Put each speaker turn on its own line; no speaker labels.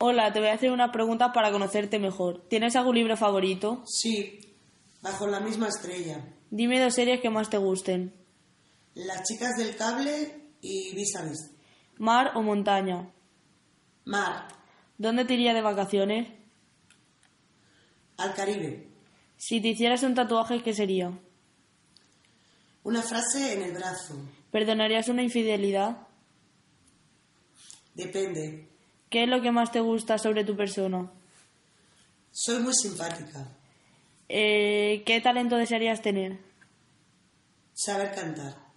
Hola, te voy a hacer una pregunta para conocerte mejor. ¿Tienes algún libro favorito?
Sí, bajo la misma estrella.
Dime dos series que más te gusten.
Las chicas del cable y vis a vis.
¿Mar o montaña?
Mar,
¿Dónde te irías de vacaciones?
al Caribe.
Si te hicieras un tatuaje, ¿qué sería?
Una frase en el brazo.
¿Perdonarías una infidelidad?
Depende.
¿Qué es lo que más te gusta sobre tu persona?
Soy muy simpática.
Eh, ¿Qué talento desearías tener?
Saber cantar.